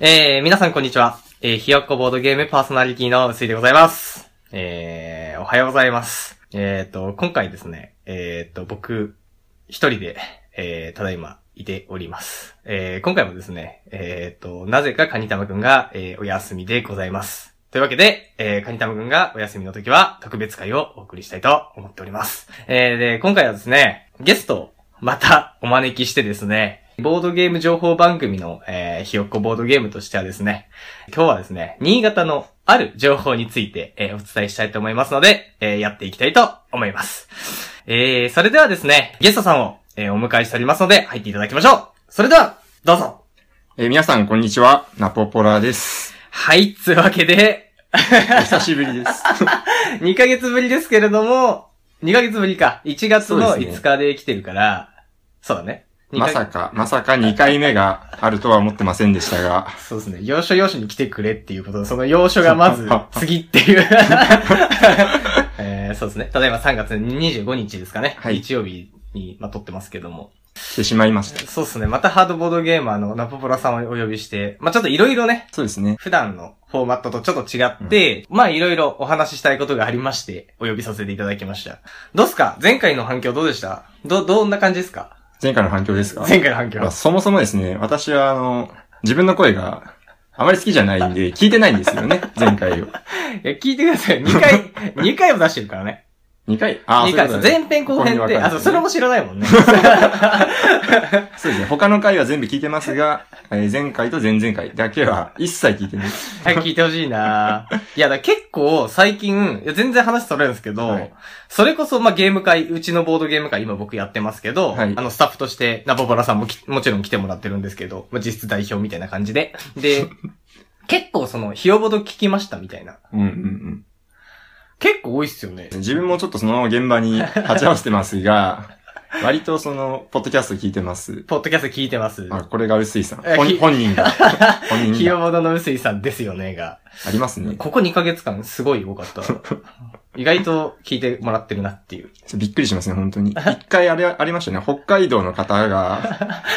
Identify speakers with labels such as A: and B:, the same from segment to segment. A: えー、皆さんこんにちは。えー、ひよっこボードゲームパーソナリティの薄井でございます。えー、おはようございます。えーと、今回ですね、えーと、僕、一人で、えー、ただいま、いております。えー、今回もですね、えーと、なぜかカニタマくんが、えー、お休みでございます。というわけで、えー、カニタマくんがお休みの時は、特別会をお送りしたいと思っております。えー、で、今回はですね、ゲストをまたお招きしてですね、ボードゲーム情報番組の、えー、ひよっこボードゲームとしてはですね、今日はですね、新潟のある情報について、えーお伝えしたいと思いますので、えーやっていきたいと思います。えー、それではですね、ゲストさんを、えーお迎えしておりますので、入っていただきましょう。それでは、どうぞ。
B: えー皆さん、こんにちは。ナポポ ラです。
A: はい、つうわけで、
B: お久しぶりです。
A: 2ヶ月ぶりですけれども、2ヶ月ぶりか。1月の5日で来てるから、そう,、だね。二ヶ
B: まさか、まさか2回目があるとは思ってませんでしたが、
A: そうですね。要所要所に来てくれっていうことで、その要所がまず、 次っていう。 えーそうですね。ただいま3月25日ですかね。
B: はい
A: 日曜日に、まあ、撮ってますけども。
B: 来てしまいました。
A: そうですね。またハードボードゲーマーのナポポラさんをお呼びして、まあ、ちょっといろいろね、
B: そうですね。
A: 普段のフォーマットとちょっと違って、まあ、いろいろお話ししたいことがありまして、お呼びさせていただきました。どうっすか前回の反響どうでしたど、どんな感じですか
B: 前回の反響ですか
A: 前回の反響
B: まあ。そもそもですね、私はあの、自分の声があまり好きじゃないんで、聞いてないんですよ ね、前回を。
A: いや、聞いてください。2回、2回も出してるからね。
B: 2回、ああ、
A: 二回
B: そういうことね
A: 前編後編
B: こ
A: っ
B: こ
A: て、
B: に分かれ
A: あ、そ
B: てね
A: う、それも知らない もんね。
B: そうですね、他の回は全部聞いてますが、えー前回と前々回だけは一切聞いてない。
A: はい、聞いてほしいないや、だから結構最近、いや全然話それるんですけど、
B: はい
A: それこそ、まあ、ゲーム会、うちのボードゲーム会、今僕やってますけど、
B: はい
A: あの、スタッフとして、ナポボラさんもきもちろん来てもらってるんですけど、まあ、実質代表みたいな感じで。 で、結構その、ひよぼど聞きましたみたいな。
B: うんうんうん。
A: 結構多いっすよね。
B: 自分もちょっとその現場に立ち合わせてます が、割とその、ポッドキャスト聞いてます。
A: ポッドキャスト聞いてます。
B: あ、これが薄井さん。
A: え
B: 本
A: き
B: 本人が。本
A: ひ
B: 人
A: よ
B: が。
A: ぼどの薄井さんですよね、が。
B: ありますね。
A: ここ2ヶ月間、すごい多か った。意外と聞いてもらってるなっていう。
B: びっくりしますね、本当に。一回あれ、ありましたね。北海道の方が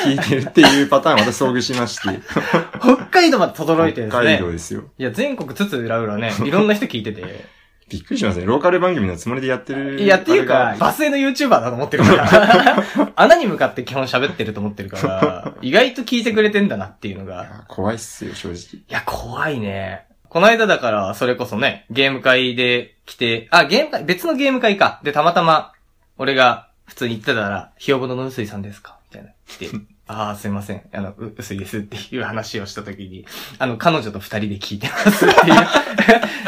B: 聞いてるっていうパターンを私遭遇し まして。
A: 北海道まで轟いてるんです
B: 北海道
A: ね。
B: ですよ。
A: いや、全国つつ裏裏ね、 いろんな人聞いてて。
B: びっくりしますね。ローカル番組のつもりでやってる。
A: いや、っていう
B: あ
A: か
B: れ、が
A: バスへの YouTuber だと思ってるから。 穴に向かって基本喋ってると思ってるから、意外と聞いてくれてんだなっていうの
B: い
A: が。
B: や怖いっすよ、正直。
A: いや、怖いね。この間だから、それこそね、ゲーム会で来て、あ、ゲーム会、別のゲーム会か。で、たまたま、俺が普通に言ってたら、ひよぼののうすいさんですかみたいな。来て、ああ、すいません。あの、う、うすいですっていう話をしたときに、あの、彼女と二人で聞いてますっていう、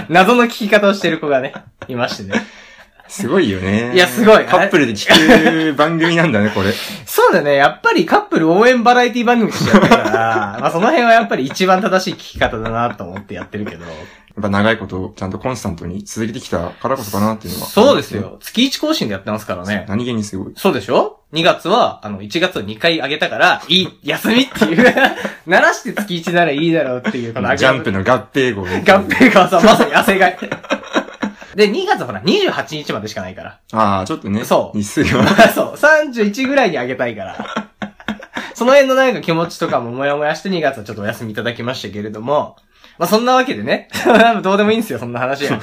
A: 謎の聞き方をしてる子がね、いましてね。
B: すごいよね。
A: いやすごい
B: カップルで聞く番組なんだね、これ。
A: そうだね。やっぱりカップル応援バラエティ番組としてやってるから、まあその辺はやっぱり一番正しい聞き方だなと思ってやってるけど。
B: やっぱ長いこと、ちゃんとコンスタントに続けてきたからこそかなっていうのは。
A: そうです。よ。月1更新でやってますからね。
B: 何気にすごい。
A: そうでしょ ?2 月は、あの、1月を2回上げたから、いい、休みっていう。 鳴らして月1ならいいだろうっていう、この
B: ジャンプ
A: の。
B: の合併号。合
A: 合。併がさ、まさに汗がい。で、2月はほら、28日までしかないから。
B: ああ、ちょっとね。
A: そう
B: 日数が。
A: そう、31ぐらいに上げたいから。その辺のなんか気持ちとかももやもやして2月はちょっとお休みいただきましたけれども、まあそんなわけでね、 どうでもいいんですよ、そんな話は。っ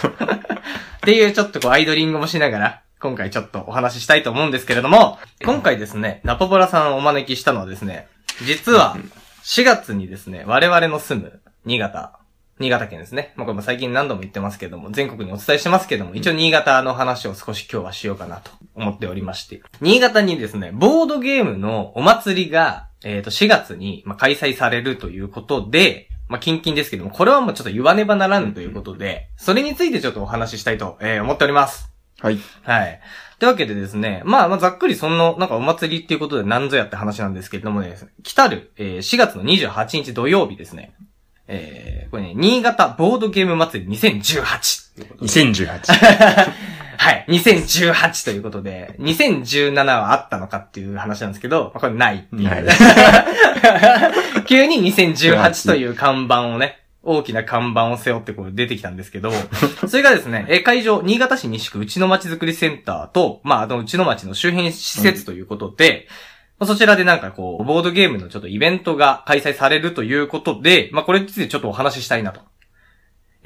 A: ていうちょっとこうアイドリングもしながら、今回ちょっとお話ししたいと思うんですけれども、今回ですね、ナポボラさんをお招きしたのはですね、実は4月にですね、我々の住む新潟、新潟県ですね。まあ、これも最近何度も言ってますけども、全国にお伝えしてますけども、一応新潟の話を少し今日はしようかなと思っておりまして。新潟にですね、ボードゲームのお祭りが、えっ、と、4月に、まあ、開催されるということで、まあ、近々ですけども、これはもうちょっと言わねばならぬということで、それについてちょっとお話ししたいと、えー思っております。
B: はい。
A: はい。というわけでですね、まあ、まあ、ざっくりその、なんかお祭りっていうことで何ぞやって話なんですけれどもね、来たる、えー4月の28日土曜日ですね、えー、これね、新潟ボードゲーム祭り2018。
B: 2018。
A: はい。2018ということで、2017はあったのかっていう話なんですけど、まあこれないっていう。
B: ない
A: 急に2018という看板をね、大きな看板を背負ってこう出てきたんですけど、 それがですね、えー会場、新潟市西区うちの町づくりセンターと、まあ、あの、うちの町の周辺施設ということで、まあそちらでなんかこう、ボードゲームのちょっとイベントが開催されるということで、まあこれについてちょっとお話ししたいなと。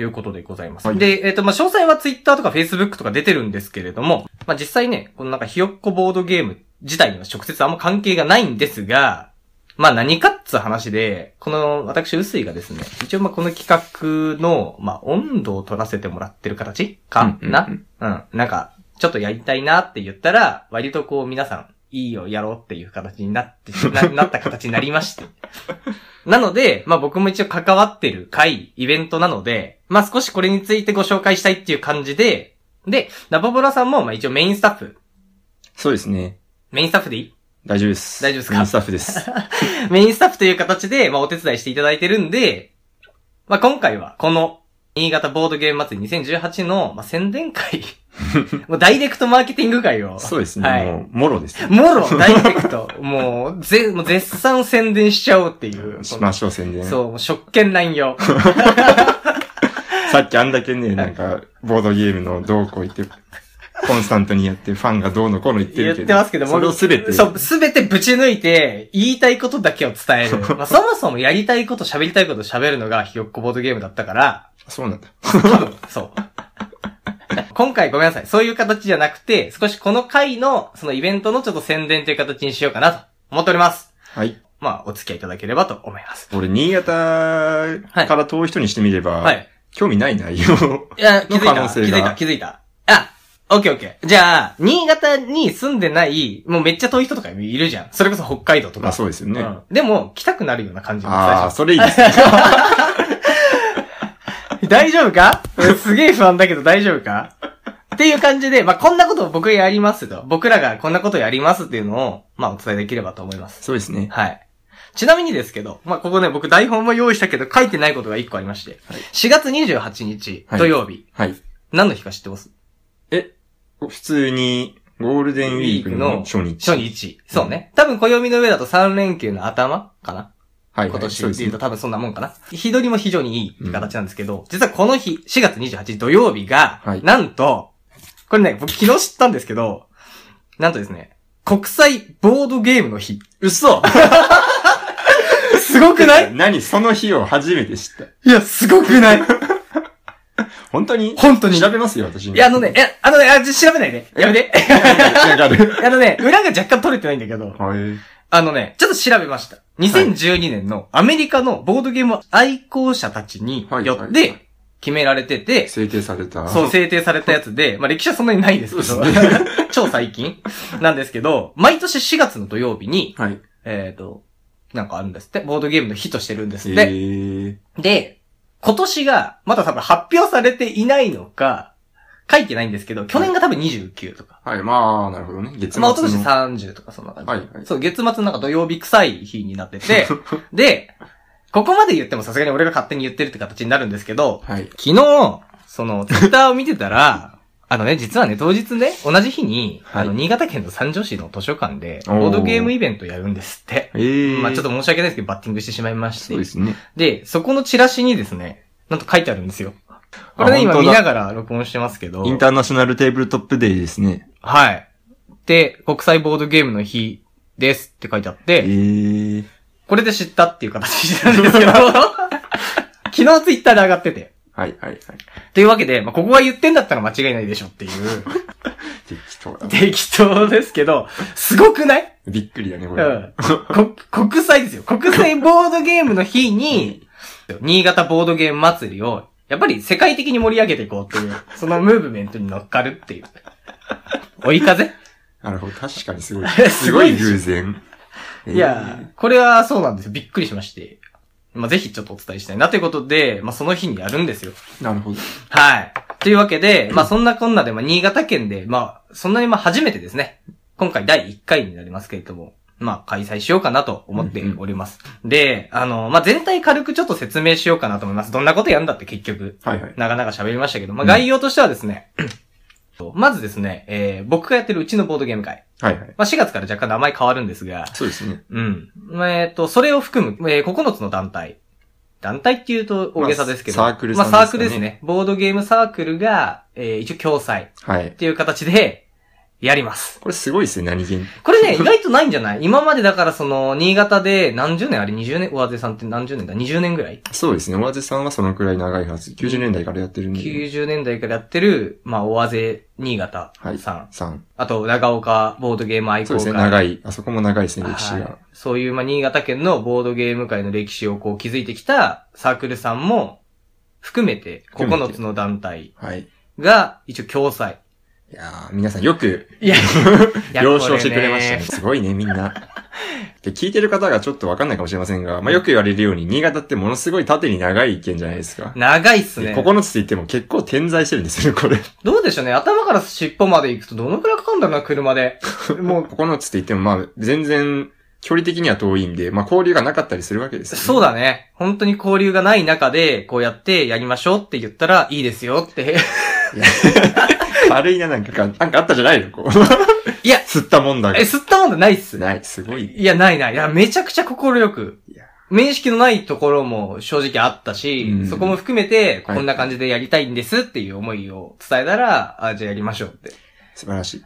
A: いうことでございます。
B: はい
A: で、えっ、と、まあ、詳細は Twitter とか Facebook とか出てるんですけれども、まあ、実際ね、このなんかひよっこボードゲーム自体には直接あんま関係がないんですが、まあ、何かっつう話で、この私、臼井がですね、一応まあ、この企画の、まあ、温度を取らせてもらってる形かな、
B: うんうん
A: うん。なんか、ちょっとやりたいなって言ったら、割とこう皆さん、いいよ、やろうっていう形になって、ななった形になりまして。なので、まあ僕も一応関わってる会、イベントなので、まあ少しこれについてご紹介したいっていう感じで、で、ナポボラさんも、まあ一応メインスタッフ。
B: そうですね。
A: メインスタッフでいい
B: 大丈夫です。
A: 大丈夫ですか
B: メインスタッ フです。
A: メインスタッフという形で、まあお手伝いしていただいてるんで、まあ今回はこの、新潟ボードゲーム祭り2018の、まあ宣伝会。もうダイレクトマーケティング会を。
B: そうですね。
A: はい
B: もう、もろですね。
A: もろ、ダイレクト。もう、ぜ、もう絶賛宣伝しちゃおうっていう。
B: しましょう、宣伝。
A: そう、もう職権乱用。
B: さっきあんだけね、なんか、ボードゲームのどうこう言って、コンスタントにやって、ファンがどうのこうの言って
A: 言
B: る
A: っ
B: けど。
A: てますけども。
B: それをすべて。
A: そう、すべてぶち抜いて、言いたいことだけを伝 える。まあ、そもそもやりたいこと、喋りたいこと喋るのがひよっこボードゲームだったから、
B: そうなんだ。
A: 多分、そう。今回ごめんなさい。そういう形じゃなくて、少しこの回の、そのイベントのちょっと宣伝という形にしようかなと思っております。
B: はい。
A: まあ、お付き合いいただければと思います。
B: 俺、新潟から遠い人にしてみれば、
A: はい。
B: 興味ない内容。
A: いや、気づいた。
B: の可
A: 気
B: 能性が
A: づいた、気づいた。あ、オッケーオッケー。じゃあ、新潟に住んでない、もうめっちゃ遠い人とかいるじゃん。それこそ北海道と
B: ま
A: か。
B: あそうですよ
A: う
B: ね。
A: ん。でも、来たくなるような感じの最
B: ああ、
A: 初
B: それいいですね。
A: 大丈夫か俺すげえ不安だけど大丈夫かっていう感じで、まあ、こんなことを僕やりますと。僕らがこんなことやりますっていうのを、まあ、お伝えできればと思います。
B: そうですね。
A: はい。ちなみにですけど、まあ、ここね、僕台本も用意したけど、書いてないことが1個ありまして。
B: はい
A: 4月28日、
B: はい
A: 土曜日。
B: はい。
A: 何の日か知ってます
B: え、普通に、ゴールデンウィークの初日。
A: 初。日。そうね。多分暦の上だと3連休の頭かな
B: はい、
A: 今
B: はい。
A: 年
B: そう
A: で
B: です
A: 言うと。
B: ね
A: 多分そんなもんかな日取りも非常にいいって形なんですけど、実はこの日、4月28日土曜日が、
B: はい
A: なんと、これね、僕昨日知ったんですけど、なんとですね、国際ボードゲームの 日。
B: 嘘
A: すごくない
B: 何その日を初めて知った。
A: いや、すごくない
B: 本当に
A: 本当に。い
B: 調べますよ、私に。
A: や、あのね、え、あのね、あ、ちょ調べないで。やめ て。
B: わ かる。
A: あのね、裏が若干取れてないんだけど、
B: はい。
A: あのね、ちょっと調べました。2012年のアメリカのボードゲーム愛好者たちに
B: はい
A: よ
B: は
A: っ
B: いは
A: て決められてて、
B: 制定された。
A: そう制定されたやつで、まあ歴史はそんなにないですけ
B: そ
A: ど
B: うで、
A: 超最近なんですけど、毎年4月の土曜日に、
B: はい。
A: えっ、と、なんかあるんですって、ボードゲームの日としてるんです
B: え
A: って。
B: ー。
A: で、今年が、まだ多分発表されていないのか、書いてないんですけど、去年が多分29とか。
B: はい、まあ、なるほどね。月末の。
A: まあ、おととし30とかそんな感じ。
B: はいはい
A: そう、月末なんか土曜日臭い日になって て、で、ここまで言ってもさすがに俺が勝手に言ってるって形になるんですけど、
B: はい。
A: 昨日、その、ツイッターを見てたら、 あのね、実はね、当日ね、同じ日に、
B: は
A: あ
B: い
A: の、新潟県の三条市の図書館で、
B: おー
A: ボードゲームイベントやるんですって。
B: えー。
A: まあちょっと申し訳ないですけど、バッティングしてしまいまして。
B: そうですね。
A: で、そこのチラシにですね、なんと書いてあるんですよ。これ
B: あ
A: ね、今
B: 本
A: 見
B: 当だ
A: ながら録音してますけど。
B: インターナショナルテーブルトップデイですね。
A: はい。で、国際ボードゲームの日ですって書いてあっ
B: え
A: て、
B: ー。
A: これで知ったっていう形なんですけど、 昨日ツイッターで上がってて。
B: はい、はい、はい。
A: というわけで、まあ、ここが言ってんだったら間違いないでしょっていう、
B: 適当だ。
A: 適当ですけど、すごくない
B: びっくりだね、こ
A: う
B: れ。
A: ん。こ国際ですよ。国際ボードゲームの日に、新潟ボードゲーム祭りを、やっぱり世界的に盛り上げていこうっていう、そのムーブメントに乗っかるっていう。追い風
B: なるほど、確かにすごい。
A: す
B: す
A: ご
B: ご
A: い
B: い
A: でしょ
B: 偶然。えー
A: いや、これはそうなんですよ。びっくりしまして。まあ、ぜひちょっとお伝えしたいなということで、まあ、その日にやるんですよ。
B: なるほど。
A: はい。というわけで、まあ、そんなこんなで、まあ、新潟県で、まあ、そんなにまあ、初めてですね。今回第1回になりますけれども、まあ、開催しようかなと思っております。で、あの、まあ、全体軽くちょっと説明しようかなと思います。どんなことやるんだって結局、
B: はい、はい。
A: 長々喋りましたけど、まあ、
B: うん
A: 概要としてはですね、 まずですね、えー僕がやってるうちのボードゲーム会。
B: はい、はい。
A: まあ、4月から若干名前変わるんですが、
B: そうですね。
A: うん。えっ、と、それを含む、えー、9つの団体。団体っていうと大げさですけど。
B: まあサークル
A: ま
B: さ
A: あ
B: ん
A: サークルで
B: ですすかね
A: ね。ボードゲームサークルが、えー、一応共催
B: はい
A: っ。ていう形で、やります。
B: これすごいですね、何気に。
A: こ れね、意外とないんじゃない今までだからその、新潟で何十年あれ ?20 年上手さんって何十年だ ?20 年ぐらい
B: そうですね、おやじさんはそのくらい長いはず。90年代からやってるんで。
A: ?90 年代からやってる、まあ、大ぜ新潟さん。
B: はい。3。
A: あと、長岡ボードゲーム愛好
B: そう
A: 家。
B: ですね、長い。あそこも長いですね、歴史
A: はい
B: が。
A: そういう、まあ、新潟県のボードゲーム界の歴史をこう築いてきたサークルさんも含めて
B: 含めて
A: 9つの団体
B: はい。い
A: が一応共催。
B: やー、皆さんよく
A: いや、
B: 了承してくれましたね。
A: ね。
B: すごいね、み んな。で、聞いてる方がちょっとわかんないかもしれませんが、まあ、よく言われるように、新潟ってものすごい縦に長い県じゃないですか。
A: 長いっすね。
B: ここのつって言っても結構点在してるんですよ、これ。
A: どうでしょうね。頭から尻尾まで行くとどのくらいかかるんだろうな、車で。もう、
B: ここのつって言っても、まあ、全然、距離的には遠いんで、まあ、交流がなかったりするわけです、。
A: そううだね。本当に交流がない中で、こうやってやりましょうって言ったらいいですよって。
B: いや軽いな、なんかか、なんかあったじゃないのこう。
A: いや
B: 吸ったもんだが
A: え、。吸ったもんじゃないっす。
B: ない、すごい。
A: いや、ないない。いや、めちゃくちゃ心よく
B: いや。
A: 面識のないところも正直あったし、
B: うん
A: そこも含めて、
B: はい
A: こんな感じでやりたいんですっていう思いを伝えたら、あ、じゃあやりましょうって。
B: 素晴らしい。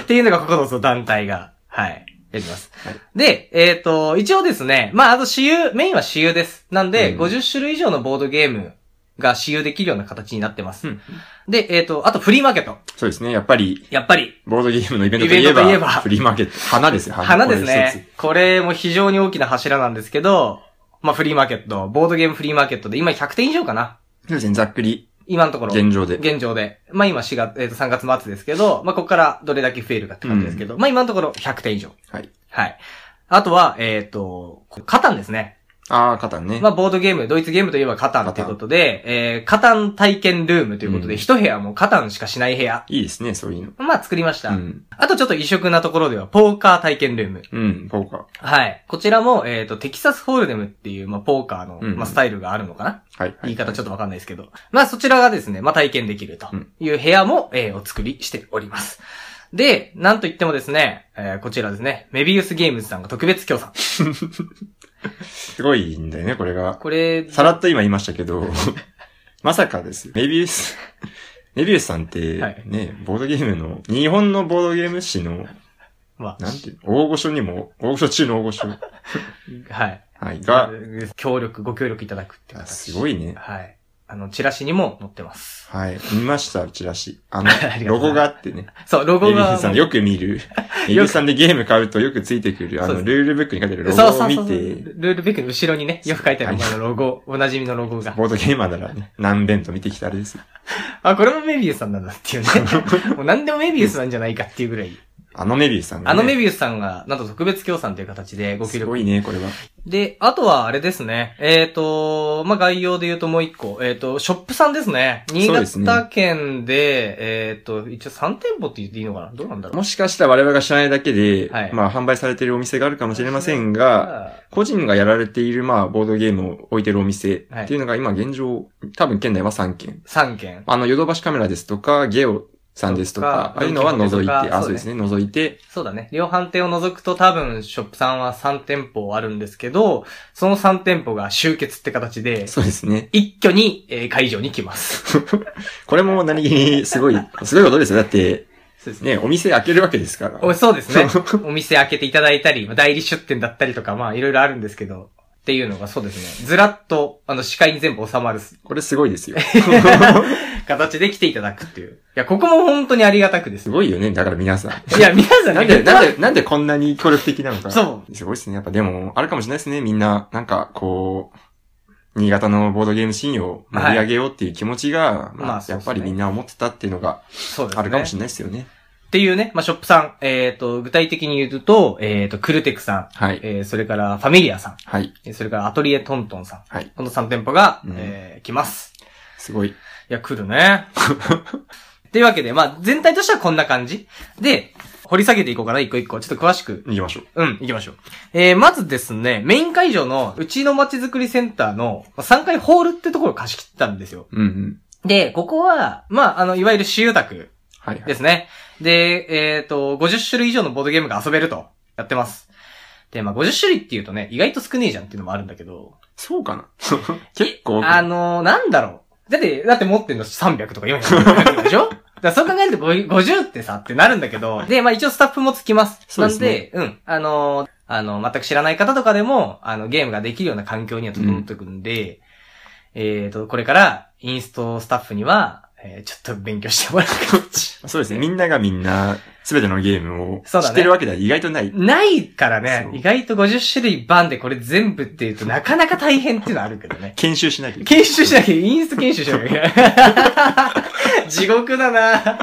A: っていうのが、ここのその団体が、はい、やります。
B: はい
A: で、えっ、と、一応ですね、まあ、あと、私有、メインは私有です。なんで、
B: うん
A: 50種類以上のボードゲームが私有できるような形になってます。
B: うん
A: で、えっ、と、あと、フリーマーケット。
B: そうですね、やっぱり、
A: やっぱり、
B: ボードゲームのイベントといえ
A: イベント
B: ば、
A: といえば
B: フリーマーケット。花ですよ、
A: 花です
B: これ一つ
A: ね。これも非常に大きな柱なんですけど、まあフリーマーケット、ボードゲームフリーマーケットで今100点以上かな
B: そうですね、ざっくり、
A: 今のところ。
B: 現状で。
A: 現状で。まあ今4月、えっ、と3月末ですけど、まあここからどれだけ増えるかって感じですけど、まあ今のところ100点以上。
B: はい。
A: はい。あとは、えっ、と、カタンですね。
B: あー、肩ね。
A: まあボードゲーム、ドイツゲームといえばカタンということで、えー、カタン体験ルームということで、
B: うん
A: 一、部屋もカタンしかしない部屋。
B: いいですね、そういうの。
A: まあ作りました。
B: うん。
A: あとちょっと異色なところでは、ポーカー体験ルーム。
B: うん、ポーカー。
A: はい。こちらも、えっ、と、テキサスホールデムっていう、まあ、ポーカーの、
B: うんうん
A: まあ、スタイルがあるのかな
B: はい。はい
A: 言い方ちょっとわかんないですけど。まあ、そちらがですね、まあ、体験できると
B: うん
A: いう部屋も、えーお作りしております。で、なんといってもですね、えーこちらですね、メビウスゲームズさんが特別協賛。
B: すごいんだよね、これが。
A: これ、
B: さらっと今言いました けど、まさかですよ。メビウス、メビウスさんって、
A: はい
B: ね、ボードゲームの、日本のボードゲーム誌の、
A: ま
B: なんていうの、大御所にも、大御所中の大御所、
A: あ、はい。
B: はい、が、
A: 協力、ご協力いただくって形。
B: すごいね。
A: はい。あの、チラシにも載ってます。
B: はい、見ました、チラシ。あ の
A: あり、がとう
B: ロ
A: ございます
B: ゴがあってね。
A: そう、ロ
B: メ
A: ゴ
B: ビウ
A: が。
B: スさんよく 見る。メビウスさんでゲーム買うとよくついてくる、あ
A: そ
B: の、
A: う
B: ルールブックに書いてるロ
A: そう
B: ゴ
A: そ
B: を
A: う
B: 見
A: そう
B: て、
A: ルールベックの後ろにね、よく書いてある
B: はい
A: あのロゴ、おなじみのロゴが。
B: ボードゲーマーならね、何遍と見てきたあれですよ。
A: あ、これもメビウスさんなんだっていう ね。もう何でもメビウスなんじゃないかっていうぐらい。
B: あのメビウスさんが
A: あ
B: ね
A: のメビウスさんが、なんと特別協賛という形でご協
B: すご
A: 力。
B: いね、これは。
A: で、あとはあれですね。えっ、と、まあ、概要で言うともう一個。えっ、と、ショップさんですね。新
B: そうですね
A: 潟県で、えっ、と、一応3店舗って言っていいのかなどうなんだろう
B: もしかしたら我々が知らないだけで、
A: はい
B: まあ販売されているお店があるかもしれませんが、、個人がやられているまあボードゲームを置いてるお店
A: はい
B: っていうのが今現状、多分県内は3軒。
A: 3軒。
B: あのヨドバシカメラですとか、ゲオさんですと
A: とか
B: か、ああいうのは除いて、
A: ドン・キホーテとか
B: あ、
A: そ
B: そうう
A: ね
B: ですね、除いて、
A: そうだね。量販店を除くと多分、ショップさんは3店舗あるんですけど、その3店舗が集結って形で、
B: そうですね。
A: 一挙に、えー会場に来ます。
B: これも何気にすごい、 すごいことですよ。だって、
A: そうですね。
B: ね、お店開けるわけですから。
A: おそうですね。お店開けていただいたり、まあ代理出店だったりとか、まあいろいろあるんですけど、っていうのがそうですね。ずらっと、あの、視界に全部収まる
B: これすごいで すよ。
A: 形で来ていただくっていう。いや、ここも本当にありがたくです
B: す。ごいよね、だから皆さん。
A: いや、皆さん
B: なんで、なんで、なんでこんなに協力的なの か。
A: そ
B: すごいですね。やっぱでも、あるかもしれないですね。みんな、なんか、こう、新潟のボードゲームシーンを盛り上げようっていう気持ちが、まあ
A: まあそう
B: や
A: で
B: っ
A: すね
B: ぱりみんな思ってたっていうのが
A: そうですね。
B: あるかもしれないですよね。
A: っていうね、まあショップさん、えっ、と、具体的に言うと、えっ、と、クルテクさん、
B: はい。
A: えー、それからファミリアさん、
B: はい。
A: えーそれからアトリエトントンさん。
B: はい。
A: この3店舗が、
B: うん
A: えー来ます。
B: すごい。
A: いや、来るね。 っていうわけで、まあ、全体としてはこんな感じ。で、掘り下げていこうかな、一個一個。ちょっと詳しく。
B: 行きましょう。
A: うん、行きましょう。えー、まずですね、メイン会場の、うちのまちづくりセンターのまあ3階ホールってところを貸し切ったんですよ。
B: うんうん。
A: で、ここは、まあ、あの、いわゆる私有宅
B: はい、は
A: で
B: い。
A: すね。で、えっ、と、50種類以上のボードゲームが遊べると、やってます。で、まあ、50種類っていうとね、意外と少ねえじゃんっていうのもあるんだけど、
B: そうかな結構、
A: あのー、なんだろう。だって、だって持ってんの300とか400とかでしょだからそう考えると50 50ってさ、ってなるんだけど、で、まあ一応スタッフもつきます。
B: そうですね
A: なんで、うん。あのーあの、全く知らない方とかでも、あの、ゲームができるような環境には整っていくんで、えっと、これから、インストスタッフには、えーちょっと勉強してもらう形
B: そうですね。みんながみんな、すべてのゲームを知
A: そうだね
B: ってるわけでは意外とない。
A: ないからね、
B: そう
A: 意外と50種類バンでこれ全部っていうとなかなか大変っていうのはあるけどね。
B: 研修しなきゃいけない。
A: 研修しなきゃ、インスト研修しなき ゃ。地獄だなっ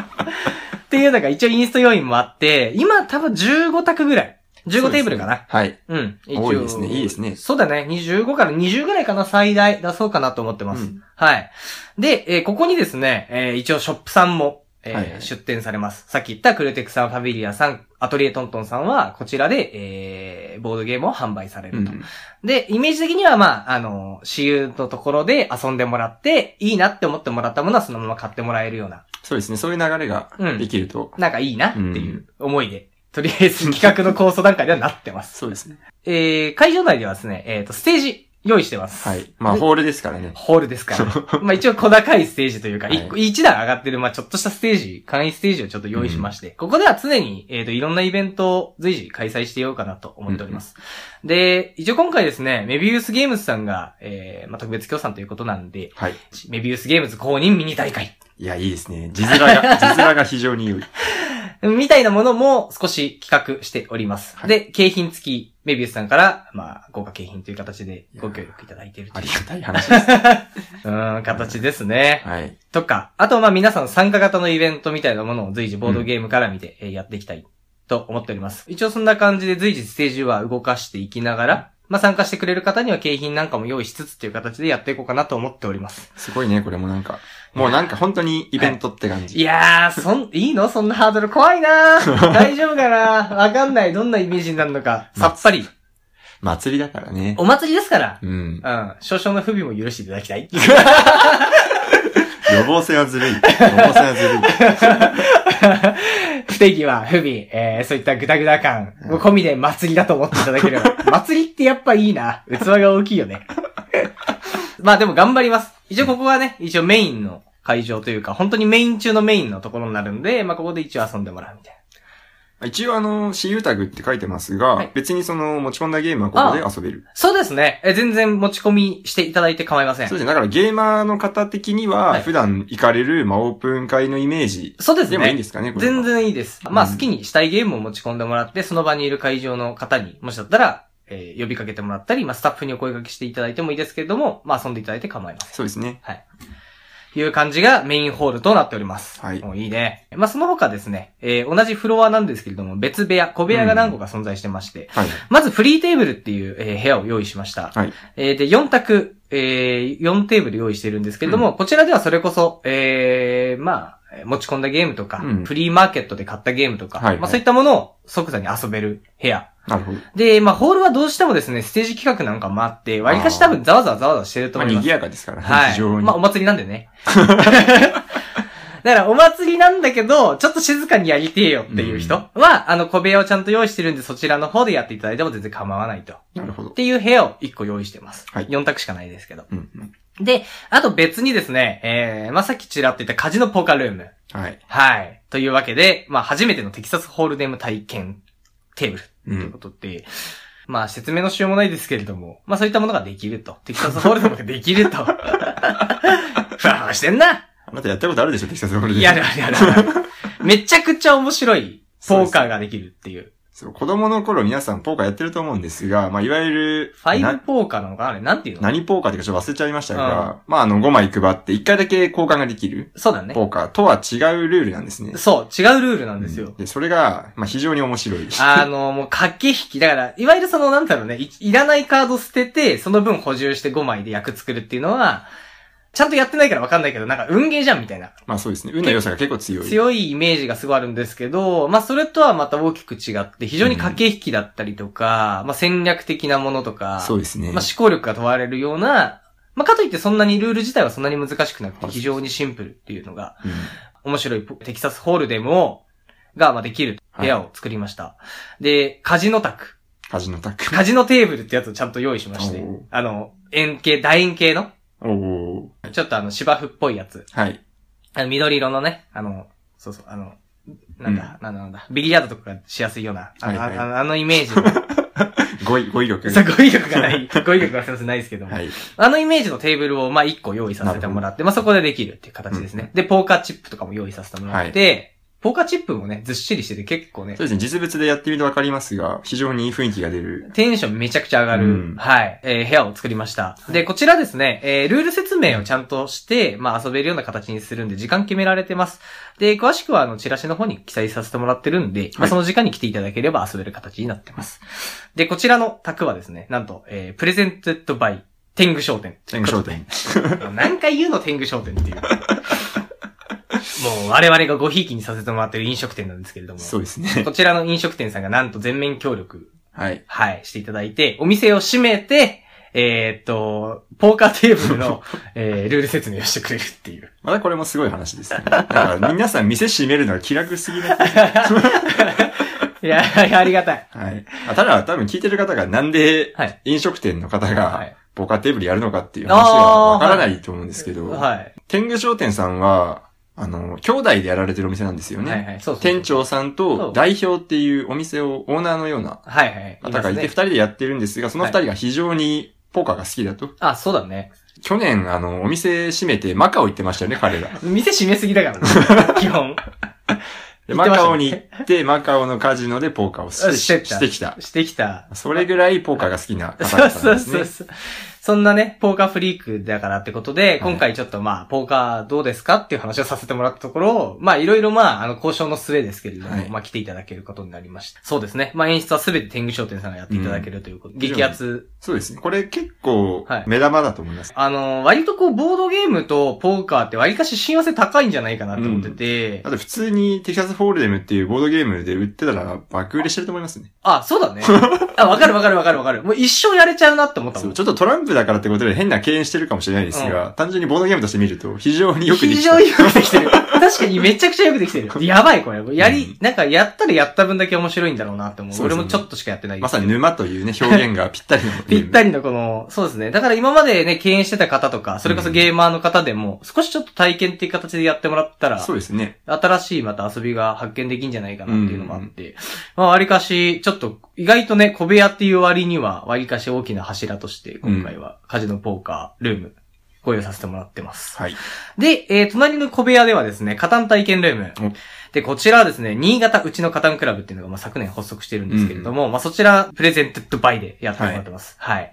A: ていうのが一応インスト要因もあって、今多分15択ぐらい。15テーブルかな。
B: はい。
A: うん。一応
B: 多いですねいいですね
A: そうだね。25から20ぐらいかな、最大出そうかなと思ってます。
B: うん
A: はい。で、えーここにですね、えー一応ショップさんも、えー
B: はいはい
A: 出店されます。さっき言ったクルテックさん、ファビリアさん、アトリエトントンさんは、こちらで、えーボードゲームを販売され
B: う
A: ると。
B: ん。
A: で、イメージ的には、まあ、あの、私有のところで遊んでもらって、いいなって思ってもらったものはそのまま買ってもらえるような、
B: そうですね。そういう流れが
A: うん
B: できると。
A: なんかいいなっていう思いで、とりあえず企画の構想段階ではなってます。
B: そうですね。
A: えー、会場内ではですね、えっ、と、ステージ用意してます。
B: はい。まあ、
A: で
B: ホールですからね。
A: ホールですから、まあ一応小高いステージというか、
B: はい
A: 一個一段上がってる、まあちょっとしたステージ、簡易ステージをちょっと用意しまして、ここでは常に、えっ、と、いろんなイベントを随時開催していようかなと思っております。で、一応今回ですね、メビウスゲームズさんが、えー、まあ特別協賛ということなんで、
B: はい。
A: メビウスゲームズ公認ミニ大会、
B: いや、いいですね。字 面が、字面が非常に良い。
A: みたいなものも少し企画しております。
B: はい
A: で、景品付き、メビウスさんから、まあ豪華景品という形でご協力いただいていると
B: あ
A: いう
B: りがたい話です。
A: うーん、形ですね。
B: はい。
A: とか、あとまあ皆さん参加型のイベントみたいなものを随時ボードゲームから見てえーやっていきたいと思っております。一応そんな感じで随時ステージは動かしていきながら、まあ参加してくれる方には景品なんかも用意しつつっていう形でやっていこうかなと思っております。
B: すごいね、これもなんか。もうなんか本当にイベントって感
A: い
B: じ。
A: やー、そん、いいのそんなハードル怖いな ー大丈夫かなわかんない。どんなイメージになるのか。さっぱり。
B: 祭りだからね。
A: お祭りですから。
B: うん。
A: うん。少々の不備も許していただきたい。
B: 予防線はずるい。予防線はずるい。
A: 不定義は不備、えー、そういったグダグダ感を込みで祭りだと思っていただけれ ば。祭りってやっぱいいな。器が大きいよ ね。まあでも頑張ります。一応ここはね、一応メインの会場というか、本当にメイン中のメインのところになるんで、まあここで一応遊んでもらうみたい
B: 一応あの、私有タグって書いてますが、
A: はい
B: 別にその持ち込んだゲームはここで遊べる
A: な。。そうですね。え全然持ち込みしていただいて構いません
B: そう。ですね。だからゲーマーの方的には、
A: はい
B: 普段行かれる、まあ、オープン会のイメージ
A: そうですね。
B: でもいいんですかね、これは。
A: 全然いいです。
B: ん
A: まあ好きにしたいゲームを持ち込んでもらって、その場にいる会場の方に、もしだったら、えー呼びかけてもらったり、まあスタッフにお声掛けしていただいてもいいですけれども、まあ遊んでいただいて構いません。
B: そうですね。
A: という感じがメインホールとなっております。
B: はい
A: もういいね。まあその他ですね、えー同じフロアなんですけれども、別部屋、小部屋が何個か存在してまして、
B: はい。
A: まずフリーテーブルっていう、えー部屋を用意しました。
B: はい
A: えーで、4択、えー4テーブル用意してるんですけれども、こちらではそれこそ、えーまあ、持ち込んだゲームとか、
B: うん
A: フリーマーケットで買ったゲームとか、
B: はいはい
A: まあそういったものを即座に遊べる部屋。
B: なるほど。
A: で、まあホールはどうしてもですね、ステージ企画なんかもあって、割かし多分ざわざわざわざわしてると
B: まあ、
A: 思いま
B: 賑
A: す。
B: やかですからね、
A: はい。
B: 非常に。
A: まあお祭りなんでね。だからお祭りなんだけど、ちょっと静かにやりてえよっていう人は、あの小部屋をちゃんと用意してるんで、そちらの方でやっていただいても全然構わないと。
B: なるほ
A: っ
B: ど。
A: ていう部屋を1個用意してます。
B: はい
A: 4択しかないですけど。
B: うんうん。
A: で、あと別にですね、えー、まあ、さっきちらっと言ったカジノポーカールーム。
B: はい。
A: はい。というわけで、まあ、初めてのテキサスホールデム体験テーブル
B: う
A: というこ
B: ん。
A: とで、まあ、説明のしようもないですけれども、まあ、そういったものができると。テキサスホールデムができると。ふ わふわしてんな
B: あなたやったことあるでしょ、テキサスホールで。
A: やるやるやる。めちゃくちゃ面白いポーカーができるっていう。
B: そう、子供の頃皆さんポーカーやってると思うんですが、まあ、いわゆる、
A: ファイブ
B: な
A: ポーカーなのかなあれ、なんていうの
B: 何ポーカーっていうかちょっと忘れちゃいましたが、まあ、あの、5枚配って1回だけ交換ができる
A: そうだね。
B: ポーカーとは違うルールなんですね。
A: そう、違うルールなんですよ。
B: うんで、それが、まあ、非常に面白い。
A: あの、もう駆け引き。だから、いわゆるその、なんだろうね、いいらないカード捨てて、その分補充して5枚で役作るっていうのは、ちゃんとやってないからわかんないけど、なんか運ゲーじゃんみたいな。
B: まあそうですね。運の良さが結構強い。
A: 強いイメージがすごいあるんですけど、まあそれとはまた大きく違って、非常に駆け引きだったりとか、まあ戦略的なものとか、
B: そうですね。
A: まあ思考力が問われるような、まあかといってそんなにルール自体はそんなに難しくなくて、非常にシンプルっていうのが、
B: うん
A: 面白いポテキサスホールデムを、が、まあ、できる部屋を作りました。で、カジノ卓。
B: カジノタック。
A: カジノテーブルってやつをちゃんと用意しまして
B: おう。
A: あの、円形、楕円形の、
B: おお。
A: ちょっとあの芝生っぽいやつ。
B: はい。
A: あの緑色のね、あの、そうそう、あの、なんだ、なんだなんだ、ビリヤードとかがしやすいような、あの、
B: はいはい
A: あのあのイメージ の、
B: 語彙、語彙力。
A: そう語彙力がない、語彙力がすいませんないですけども、
B: はい。
A: あのイメージのテーブルを、まあ、1個用意させてもらって、まあ、そこでできるっていう形ですね。で、ポーカーチップとかも用意させてもらって、ポーカーチップもね、ずっしりしてて結構ね
B: そう、ですね、実物でやってみるとわかりますが、非常にいい雰囲気が出る。
A: テンションめちゃくちゃ上がる、
B: うん
A: はい、えー部屋を作りました。で、こちらですね、えールール説明をちゃんとして、まあ、遊べるような形にするんで、時間決められてます。で、詳しくは、あの、チラシの方に記載させてもらってるんで、ま
B: は
A: あ、
B: い
A: その時間に来ていただければ遊べる形になってます。で、こちらの卓はですね、なんと、えープレゼンテッドバイ、天狗商店。
B: 天狗商店。
A: 何回言うの天狗商店 っていう。もう我々がごひいきにさせてもらってる飲食店なんですけれども。
B: そうですね。
A: こちらの飲食店さんがなんと全面協力、
B: はい。
A: はい、していただいて、お店を閉めて、えーっと、ポーカーテーブル の、えールール説明をしてくれるっていう。
B: またこれもすごい話ですね。だから皆さん店閉めるのが気楽すぎなくて
A: いや、ありがたい。
B: はい。あただ、多分聞いてる方がなんで
A: はい
B: 飲食店の方
A: は
B: が
A: い
B: ポーカーテーブルやるのかっていう話はわからないと思うんですけど、
A: はい。
B: 天狗商店さんは、あの、兄弟でやられてるお店なんですよね。
A: はいはい。そうそうそう
B: 店。長さん
A: そ
B: と
A: う
B: 代表っていうお店をオーナーのような
A: はいはい。
B: 方がい
A: ます
B: て、二
A: ね
B: 人でやってるんですが、その二人が非常にポーカーが好きだと。
A: あ、そうだね。
B: 去年、あの、お店閉めてマカオ行ってましたよね、彼ら。
A: 店閉めすぎだから ね、基本。行っ
B: で、マ
A: てましたね
B: カオに行って、マカオのカジノでポーカーをし
A: してった
B: してきた。
A: してきた。
B: それぐらいポーカーが好きな方
A: そ
B: 々
A: うそ
B: な
A: う
B: んです
A: そ
B: ね
A: う。そう。そんなね、ポーカーフリークだからってことで、今回ちょっとまあ、ポーカーどうですかっていう話をさせてもらったところ、まあ、いろいろまあ、あの、交渉の末ですけれども、
B: はい
A: まあ、来ていただけることになりました。そうですね。まあ、演出はすべて天狗商店さんがやっていただけるということ。
B: ん
A: 激アツ。
B: そうですね。これ結構
A: はい、
B: 目玉だと思います。
A: あの、割とこう、ボードゲームとポーカーって割かし親和性高いんじゃないかなと思ってて、
B: だって普通にテキサスフォールデムっていうボードゲームで売ってたら爆売れしてると思いますね。
A: あ、そうだね。あ、わかるわかるわかるわかる。もう一生やれちゃうなって思ったも
B: そ
A: ん
B: う、ちょっとトランプだからってことで変な敬遠してるかもしれないですが、単純にボードゲームとして見ると非常によくでき
A: 非
B: た。
A: 常によくできてる。確かにめちゃくちゃよくできてる。やばいこれ。やり、
B: うん
A: なんかやったらやった分だけ面白いんだろうなって思う。
B: そう
A: 俺
B: ですね
A: もちょっとしかやってない。
B: まさに沼というね、表現がぴったりのゲーム。
A: ぴったりのこの、そうですね。だから今までね、敬遠してた方とか、それこそゲーマーの方でも、少しちょっと体験っていう形でやってもらったら
B: そ、うですね。
A: 新しいまた遊びが発見できんじゃないかなっていうのもあって、まあ割かし、ちょっと意外とね、小部屋っていう割には、割かし大きな柱として、今回はカジノポーカールーム、ご用意させてもらってます。
B: はい。
A: で、えー隣の小部屋ではですね、カタン体験ルーム
B: お。
A: で、こちらはですね、新潟うちのカタンクラブっていうのが、まあ、昨年発足してるんですけれども、まあ、そちら、プレゼンテッドバイでやってもらってます。はい。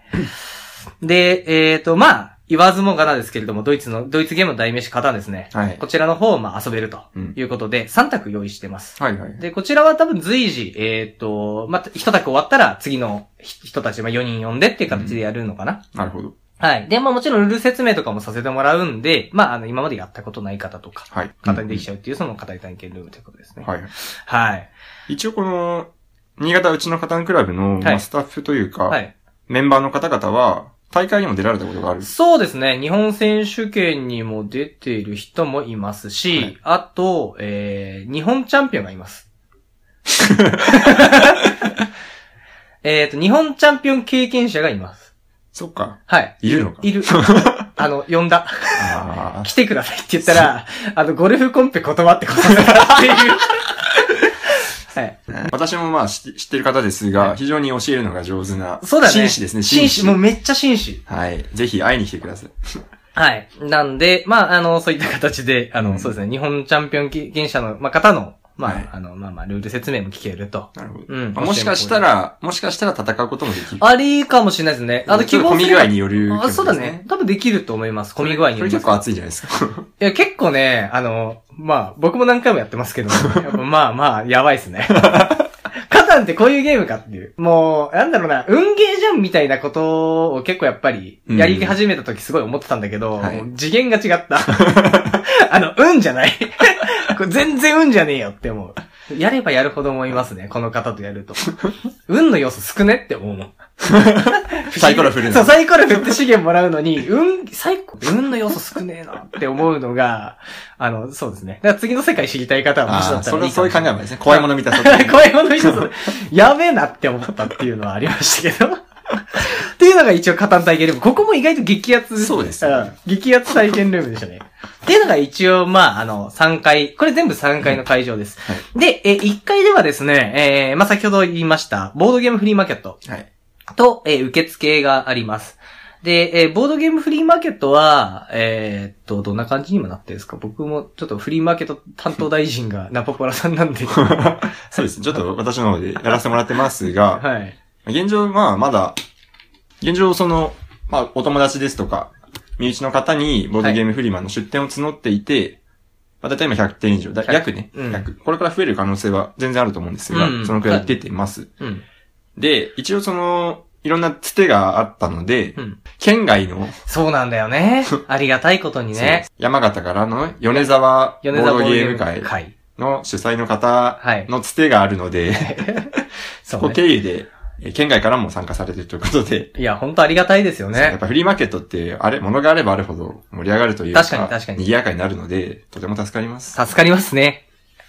A: で、えっ、と、まあ、言わずもがなですけれども、ドイツの、ドイツゲームの代名詞カタンですね。
B: はい
A: こ。ちらの方を、まあ、遊べると
B: うん
A: いうことで、3択用意してます。
B: はいはい。
A: で、こちらは多分随時、えっ、と、まあ、一択終わったら、次の人たち、まあ、4人呼んでっていう形でやるのかな。
B: なるほど。
A: はい。で、まあもちろんルール説明とかもさせてもらうんで、まああの今までやったことない方とか、
B: はい。
A: 簡単にできちゃうっていうその語り体験ルームということですね。
B: はいはい。
A: はい。
B: 一応この、新潟うちのカタンクラブの、まあ
A: はい
B: スタッフというか、
A: はい。
B: メンバーの方々は、大会にも出られたことがある。
A: そうですね。日本選手権にも出ている人もいますし、
B: はい
A: あと、えー、日本チャンピオンがいます。 えっと、日本チャンピオン経験者がいます。
B: そっか。
A: はい。
B: いるのか
A: い る。あの、呼んだ。
B: あ
A: 来てくださいって言ったら、あの、ゴルフコンペ断ってことだからっていう。 はい。
B: あ。私もまあ知って知ってる方ですが、非常に教えるのが上手な。
A: そうだね。
B: 紳士ですね、
A: 紳
B: 紳
A: 士。
B: 士。
A: もうめっちゃ紳士。
B: はい。ぜひ会いに来てください。
A: はい。なんで、まあ、あの、そういった形で、あの、
B: うん
A: そうですね、日本チャンピオン経験者の、まあ、方の、まあ、
B: はい
A: あの、まあまあ、ルール説明も聞けると。
B: なるほど。
A: うん
B: まあもしかしたら、もしかしたら戦うこともできる。
A: ありかもしれないですね。あと、希
B: ちょっと
A: 望
B: 混
A: す
B: み
A: れ
B: 具
A: ば
B: 合による、
A: あ、そうだね。。多分できると思います。混み具合に
B: こ
A: よ
B: れ
A: りま
B: 結
A: す
B: 構熱いじ ゃないですか。
A: いや、結構ね、あの、まあ、僕も何回もやってますけど、 やっぱまあまあ、やばいっすね。カタンってこういうゲームかっていう。もう、なんだろうな、運ゲーじゃんみたいなことを結構やっぱり、やり始めた時すごい思ってたんだけど、
B: うんはい
A: もう次元が違 った。あの、運じゃない。これ全然運じゃねえよって思う。やればやるほど思いますね、この方とやると。運の要素少ねって思うもん。
B: サイコロ振るの
A: そう、サイコロ振って資源もらうのに、運、サイコ運の要素少ねえなって思うのが、あの、そうですね。だから次の世界知りたい方はもしだ
B: あ
A: っ
B: あ、
A: た
B: そ
A: らい
B: れ
A: いか
B: そ
A: も
B: ういう
A: し
B: 考
A: れ
B: え
A: ない。
B: もですね。怖いもの見たさ
A: 怖いもの一つ、やべえなって思ったっていうのはありましたけど。 っていうのが一応、カタン体験ルーム。ここも意外と激アツ。
B: そうですね
A: ん激アツ体験ルームでしたね。っていうのが一応、まあ、あの、3階、これ全部3階の会場です。
B: は
A: で、えー、1階ではですね、えーまあ、先ほど言いました、ボードゲームフリーマーケット
B: はい。
A: と、えー受付があります。で、えーボードゲームフリーマーケットは、えーっと、どんな感じに今なってるんですか僕もちょっとフリーマーケット担当大臣が ナポポラさんなん で。
B: そうですね。ちょっと私の方でやらせてもらってますが、
A: はい。
B: 現状、まあ、まだ、現状、その、まあ、お友達ですとか、身内の方に、ボードゲームフリマの出店を募っていて、まあ、だいたい今100点以上、だ
A: 100
B: 約ね、
A: うん
B: 100これから増える可能性は全然あると思うんですが、
A: うん
B: そのくらい出てます。
A: うん。
B: で、一応その、いろんなつてがあったので、
A: うん。
B: 県外の、
A: そうなんだよ ね。ありがたいことにね。
B: そう山形からの米沢ボ
A: 米沢
B: ー
A: ボー
B: ド
A: ド
B: ゲ
A: ゲ
B: ー
A: ー
B: ム
A: ム
B: 会
A: 会。
B: の主催の方
A: はい。
B: のつてがあるので、
A: そ
B: こ
A: う
B: こ
A: ね。
B: 経由で、えー県外からも参加されてるということで、
A: いや、本当ありがたいですよ
B: やっ
A: ね。
B: ぱフリーマーケットって、あれ、物があればあるほど盛り上がるという
A: 確かに確かに
B: 賑やかになるので、とても助かります。
A: 助かりますね。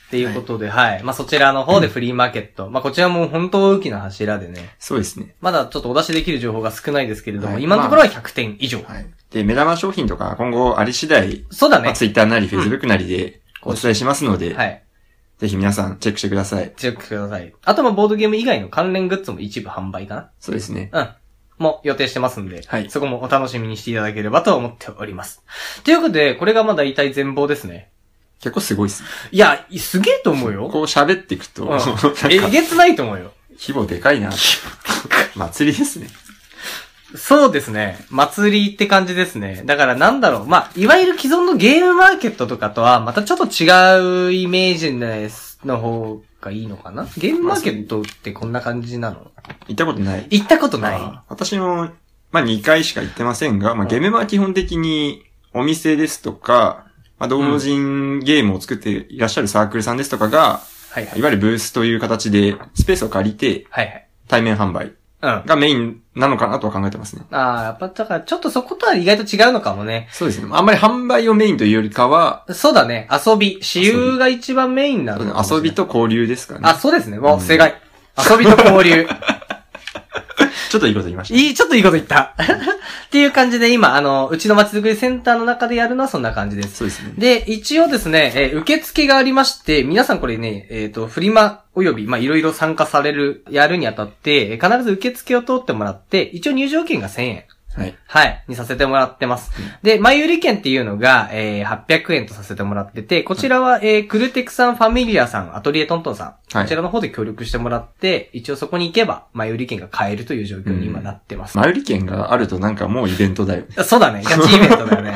A: っていうことで、はい、まあ、そちらの方でフリーマーケット。まあ、こちらも本当大きな柱でね。
B: そうですね。
A: まだちょっとお出しできる情報が少ないですけれども、
B: はい
A: 今のところは100点以上。
B: はい。で、目玉商品とか今後あり次第、
A: そうだ
B: ま
A: ね
B: あ、。Twitter なり Facebook なりでお伝えしますので、
A: はい。
B: ぜひ皆さんチェックしてください。
A: チェックしてください。あと、まあ、ボードゲーム以外の関連グッズも一部販売か
B: そうですね。
A: な。うん。も予定してますんで、
B: はい
A: そこもお楽しみにしていただければと思っております。ということで、これがまあ大体全貌ですね。
B: 結構すごいっす。
A: いや、すげえと思うよ。
B: こう喋っていくと、
A: うん
B: なんか、
A: えげつないと思うよ。
B: 規模でかい な。 祭りですね。
A: そうですね。祭りって感じですね。だからなんだろう。まあ、いわゆる既存のゲームマーケットとかとは、またちょっと違うイメージですの方がいいのかなゲームマーケットってこんな感じなの
B: 行ったことない。
A: 行ったことない。
B: あー私も、まあ、2回しか行ってませんが、まあ、ゲームは基本的にお店ですとか、まあ、同人ゲームを作っていらっしゃるサークルさんですとかが、
A: はいはい
B: い。わゆるブースという形でスペースを借りて
A: はい
B: 対面販売
A: はい。うん。
B: がメインなのかなとは考えてますね。
A: ああ、やっぱ、だからちょっとそことは意外と違うのかもね。
B: そうですね。あんまり販売をメインというよりかは、
A: そうだね。遊び。私有が一番メインなのかもしれ
B: 遊
A: ない
B: び。と交流ですかね
A: あ、。そうですね。もう、
B: うん
A: 正解。遊びと交流。
B: ちょっといいこと言いました。
A: いい、ちょっといいこと言った。 っていう感じで今、あの、うちのまちづくりセンターの中でやるのはそんな感じです。
B: そうですね。
A: で、一応ですね、えー受付がありまして、皆さんこれね、えっ、と、フリマおよび、まあ、いろいろ参加される、やるにあたって、えー必ず受付を通ってもらって、一応入場券が1000円。
B: はい。
A: はい。にさせてもらってます。で、前売り券っていうのが、えー、800円とさせてもらってて、こちらは、えー、クルテクさん、ファミリアさん、アトリエトントンさん、
B: はい
A: こちらの方で協力してもらって、一応そこに行けば、前売り券が買えるという状況に今なってます。
B: 前売り券があるとなんかもうイベントだよね。
A: そうだね。ガチイベントだ よね。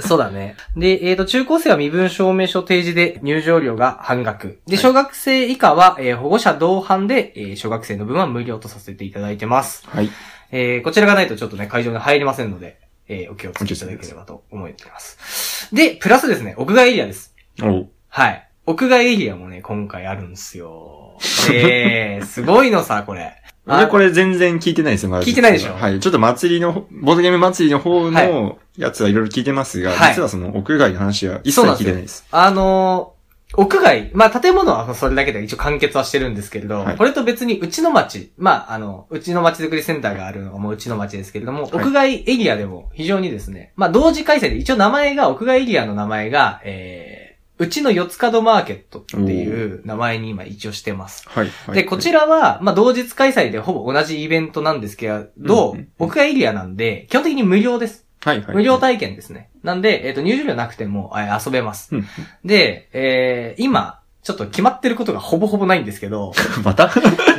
A: そうだね。で、えっ、と、中高生は身分証明書提示で入場料が半額。で、
B: はい
A: 小学生以下は、えー保護者同伴で、えー小学生の分は無料とさせていただいてます。
B: はい。
A: えーこちらがないとちょっとね、会場に入れませんので、えーお気をつけいただければと思っています。で、プラスですね、屋外エリアです。
B: おう
A: はい。屋外エリアもね、今回あるんですよ。えー、すごいのさ、こ れ。
B: 俺
A: あ
B: これ全然聞いてないですよ、まだ
A: 聞いてないでしょ
B: はい。ちょっと祭りの、ボードゲーム祭りの
A: は
B: 方のやつはいろいろ聞いてますが、
A: はい
B: 実はその屋外の話は一切
A: そうなんです
B: 聞いて
A: よ
B: ないです。
A: あのー屋外、まあ建物はそれだけで一応完結はしてるんですけれど、
B: はい
A: これと別にうちの町、まああの、うちの町づくりセンターがあるのがもううちの町ですけれども、
B: はい
A: 屋外エリアでも非常にですね、まあ同時開催で一応名前が、屋外エリアの名前が、えー、うちの四つ角マーケットっていう名前に今一応してます。
B: はい。はい
A: で、こちらは、まあ、同日開催でほぼ同じイベントなんですけど、
B: うんうんうん
A: 屋外エリアなんで、基本的に無料です。
B: はい、はい。
A: 無料
B: 対
A: 体験ですね。なんで、えっ、と、入場料なくても、えー遊べます。
B: うん
A: で、えー今、ちょっと決まってることがほぼほぼないんですけど、
B: また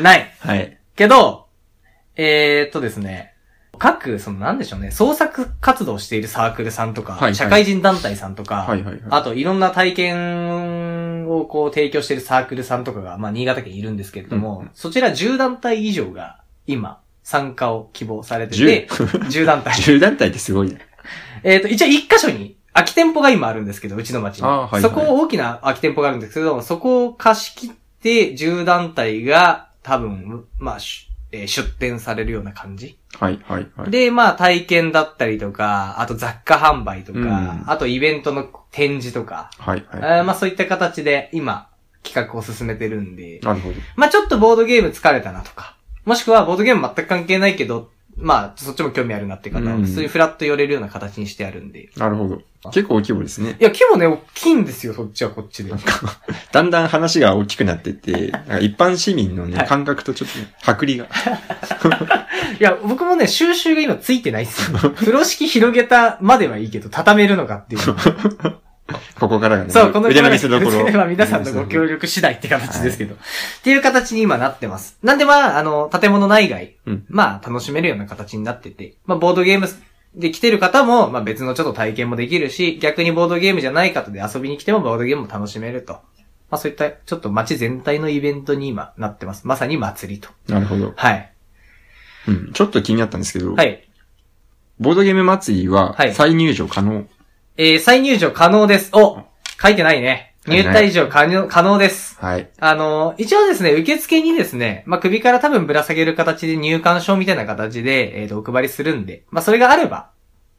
A: ない。
B: はい。
A: けど、えー、っとですね、各、その、なんでしょうね、創作活動しているサークルさんとか、
B: はいはい
A: 社会人団体さんとか、
B: はい、はい。 はい
A: あと、いろんな体験をこう提供しているサークルさんとかが、まあ、新潟県いるんですけれども、
B: うんうん
A: そちら10団体以上が、今、参加を希望されて
B: 10
A: て、10団体。
B: 10団体ってすごいね。
A: えっ、と、一応一箇所に、空き店舗が今あるんですけど、うちの町に。
B: あーはいはい
A: そこ、大きな空き店舗があるんですけど、そこを貸し切って、10団体が、多分、まあ、しえー出店されるような感じ。
B: はい、はい、はい。
A: で、まあ、体験だったりとか、あと雑貨販売とか、
B: うん
A: あとイベントの展示とか、
B: はい、
A: え
B: は
A: ーまあ、そういった形で、今、企画を進めてるんで
B: い。、なるほど。
A: まあ、ちょっとボードゲーム疲れたなとか、もしくはボードゲーム全く関係ないけど、まあ、そっちも興味あるなって方は、
B: うん
A: そういうフラット寄れるような形にしてあるんで。い
B: なるほど。結構大規模ですね。
A: や、規模ね、大きいんですよ、そっちはこっちで。
B: だんだん話が大きくなってって、なんか一般市民のね、感覚とちょっと、ね、剥離が。
A: いや、僕もね、収集が今ついてないっ すよ。風呂敷広げたまではいいけど、畳めるのかっていう。
B: ここからがね、
A: そう、この
B: 腕の見せ 所。
A: では皆さんのご協力次第って形ですけど。っていう形に今なってます。なんでまあ、あの、建物内外、
B: うん
A: まあ、楽しめるような形になってて、まあ、ボードゲームで来てる方も、まあ別のちょっと体験もできるし、逆にボードゲームじゃない方で遊びに来てもボードゲームも楽しめると。まあそういった、ちょっと街全体のイベントに今なってます。まさに祭りと。
B: なるほど。
A: はい。
B: うん。ちょっと気になったんですけど、
A: はい。
B: ボードゲーム祭りは
A: はい
B: 再入場可能。
A: えー、再入場可能です。お書いてないね。入退場可能可能です。
B: はい。
A: あの、一応ですね、受付にですね、まあ、首から多分ぶら下げる形で入館証みたいな形で、えっ、と、お配りするんで、まあ、それがあれば、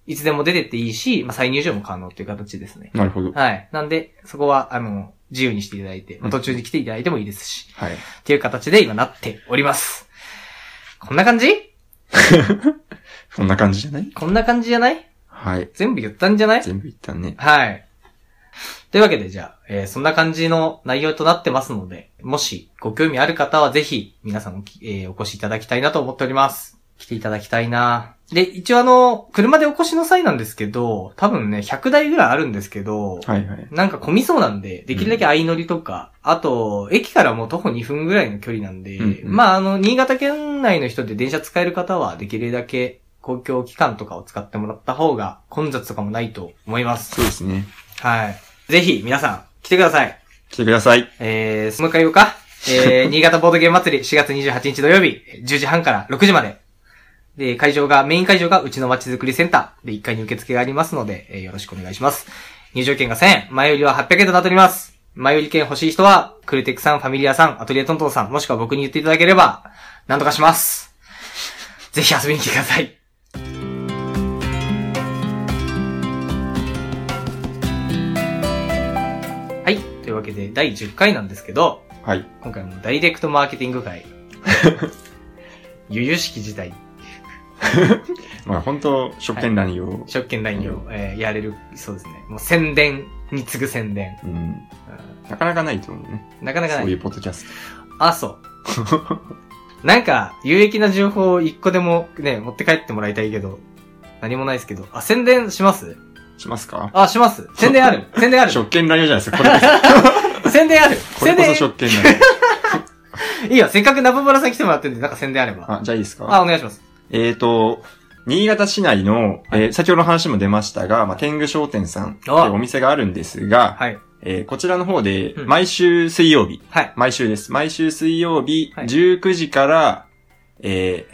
A: いつでも出てっていいし、まあ、再入場も可能っていう形ですね。
B: なるほど。
A: はい。なんで、そこは、あの、自由にしていただいて、ま
B: う
A: あ、
B: ん
A: 途中に来ていただいてもいいですし、
B: はい。
A: っていう形で今なっております。こんな感じ
B: こんな感じじゃない
A: こんな感じじゃない
B: はい。
A: 全部言ったんじゃない
B: 全部いったね。
A: はい。というわけで、じゃあ、えーそんな感じの内容となってますので、もしご興味ある方はぜひ皆さんおき、えーお越しいただきたいなと思っております。来ていただきたいなで、一応あの、車でお越しの際なんですけど、多分ね、100台ぐらいあるんですけど、
B: はいはい。
A: なんか混みそうなんで、できるだけ相乗りとか、あと、駅からもう徒歩2分ぐらいの距離なんで、
B: うんうん
A: まあ、あの、新潟県内の人で電車使える方は、できるだけ公共機関とかを使ってもらった方が、混雑とかもないと思います。
B: そうですね。
A: はい。ぜひ、皆さん、来てください。
B: 来てください。
A: えー、その会をか、えー、新潟ボードゲーム祭り4月28日土曜日、10時半から6時まで。で、会場が、メイン会場がうちのまちづくりセンターで1階に受付がありますので、えーよろしくお願いします。入場券が1000円、前売りは800円となっております。前売り券欲しい人は、クルテックさん、ファミリアさん、アトリエトントンさん、もしくは僕に言っていただければ、なんとかします。ぜひ遊びに来てください。はい。というわけで、第10回なんですけど、
B: はい。
A: 今回もダイレクトマーケティング 会。ゆゆしき事態、
B: まあ本当、食券乱用。
A: 職権乱用、えーやれる、そうですね。もう宣伝に次ぐ宣伝。
B: うん。なかなかないと思うね。
A: なかなかな
B: そう
A: い。
B: いうポッドキャス
A: あ、 そう。なんか、有益な情報を一個でもね、持って帰ってもらいたいけど、何もないですけど。あ、宣伝します
B: ト。しますか
A: あ、します。宣伝あ る。宣伝ある。
B: 食券乱用じゃないですか。これこそ、
A: 宣伝ある。
B: これ
A: 宣
B: こ そ
A: 伝。
B: 食券乱用。
A: いいよ、せっかくナポバラさん来てもらってるんで、なんか宣伝あれば。
B: あ、じゃあいいですか
A: あ、お願いします。
B: えーと、新潟市内の、えー先ほどの話も出ましたが、まあ、天狗商店さんって
A: あ
B: お店があるんですが、
A: はい。
B: えーこちらの方で、
A: うん
B: 毎週水曜日、
A: はい。
B: 毎週です。毎週水曜日、
A: はい
B: 19時から、えー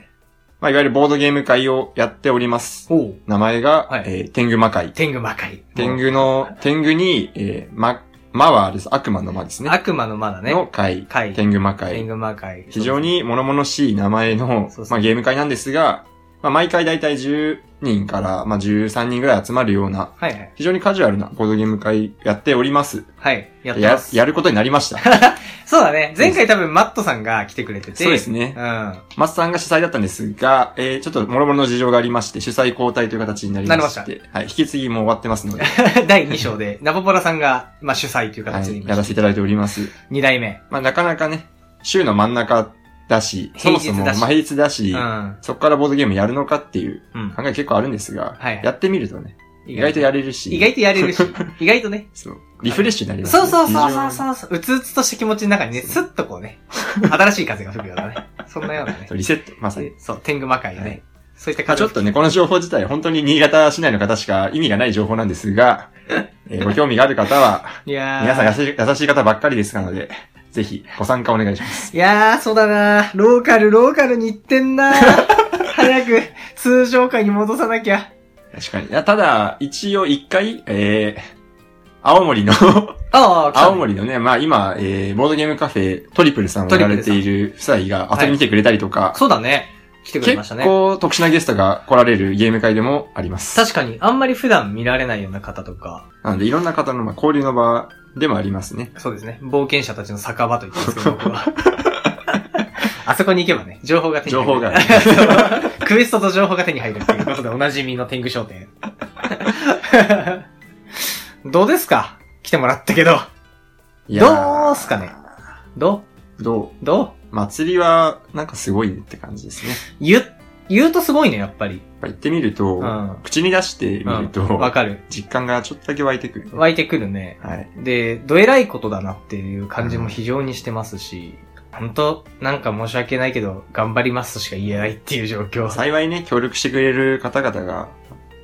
B: まあ、いわゆるボードゲーム会をやっております。
A: おう。
B: 名前が、
A: はい
B: えー天狗魔会。
A: 天狗魔界。
B: 天狗の、天狗に、えー、ま、魔はあれです。悪魔の魔ですね。
A: 悪魔の魔だね。
B: の会。
A: 会
B: 天狗魔会。
A: 天狗魔界。
B: 非常に物々しい名前の
A: そうそう、
B: まあ、ゲーム会なんですが、まあ、毎回だいたい10人から、まあ、13人ぐらい集まるような、
A: はいはい。
B: 非常にカジュアルなボードゲーム会やっております。
A: はい。やってま
B: や
A: す。
B: やることにな りました。
A: そうだね。前回多分マットさんが来てくれてて。
B: そうです
A: う
B: ね
A: ん。。 な
B: マスさんが主催だったんですが、えー、ちょっと諸々の事情がありまして、主催交代という形になりまし
A: な
B: て、
A: り
B: はい、引き継ぎも終わってますので、
A: 第2章で、ナポポラさんが、まあ、主催という
B: は
A: 形で
B: い、
A: 今、
B: やらせていただいております。
A: 2代目。
B: まあ、なかなかね、週の真ん中だし、そもそ
A: 平日
B: も、
A: だし
B: まあ、平日だし、
A: うん。
B: そこからボードゲームやるのかっていう
A: うん
B: 考。え結構あるんですが、
A: はい
B: やってみるとね、意外とやれるし。
A: 意外とやれる し、意外とね。
B: そう。リフレッシュになります、
A: そうそうそうそ
B: 非常
A: う
B: に
A: そうそう。うつうつとした気持ちの中にね、スッとこうね、新しい風が吹くようなね。そんなようなね
B: そう。リセット、まさに。
A: そう、天狗魔界の
B: は
A: ね
B: い。
A: そういった
B: まあ、
A: 風
B: ちょっとね、この情報自体、本当に新潟市内の方しか意味がない情報なんですが、えーご興味がある方は、
A: いやー。
B: 皆さん優しい優しい方ばっかりですので、ぜひご参加お願いします。
A: いやー、そうだなローカル、ローカルに行ってん な早く、通常会に戻さなきゃ。
B: 確かに。いやただ、一応一回、えー、青森 の、
A: ああ、来たね
B: 青森のね、まあ今、えー、ボードゲームカフェ、トリプルさんをやられている夫妻が遊びに来てくれたりとか、
A: そうだね。来てくれまし
B: 結
A: たね。
B: 構特殊なゲストが来られるゲーム会でもあります。
A: 確かに、あんまり普段見られないような方とか、
B: なので、いろんな方のまあ交流の場でもありますね。
A: そうですね、冒険者たちの酒場と言ってますけど、僕は あそこに行けばね、情報が手に
B: 情
A: 入る。
B: 報がある。
A: クエストと情報が手に入るっていうことでおなじみの天狗商店。 どうですか来てもらったけど。
B: いやー
A: どうすかねど
B: ど
A: うど
B: う祭りは、なんかすごいって感じですね。
A: う言う、言うとすごいね、やっぱり。
B: やっぱ行ってみると、
A: うん
B: 口に出してみると、
A: うんわかる。
B: 実感がちょっとだけ湧いてくる。
A: 湧いてくるね。
B: はい。
A: で、どえらいことだなっていう感じも非常にしてますし、本当なんか申し訳ないけど、頑張りますとしか言えないっていう状況。
B: 幸いね、協力してくれる方々が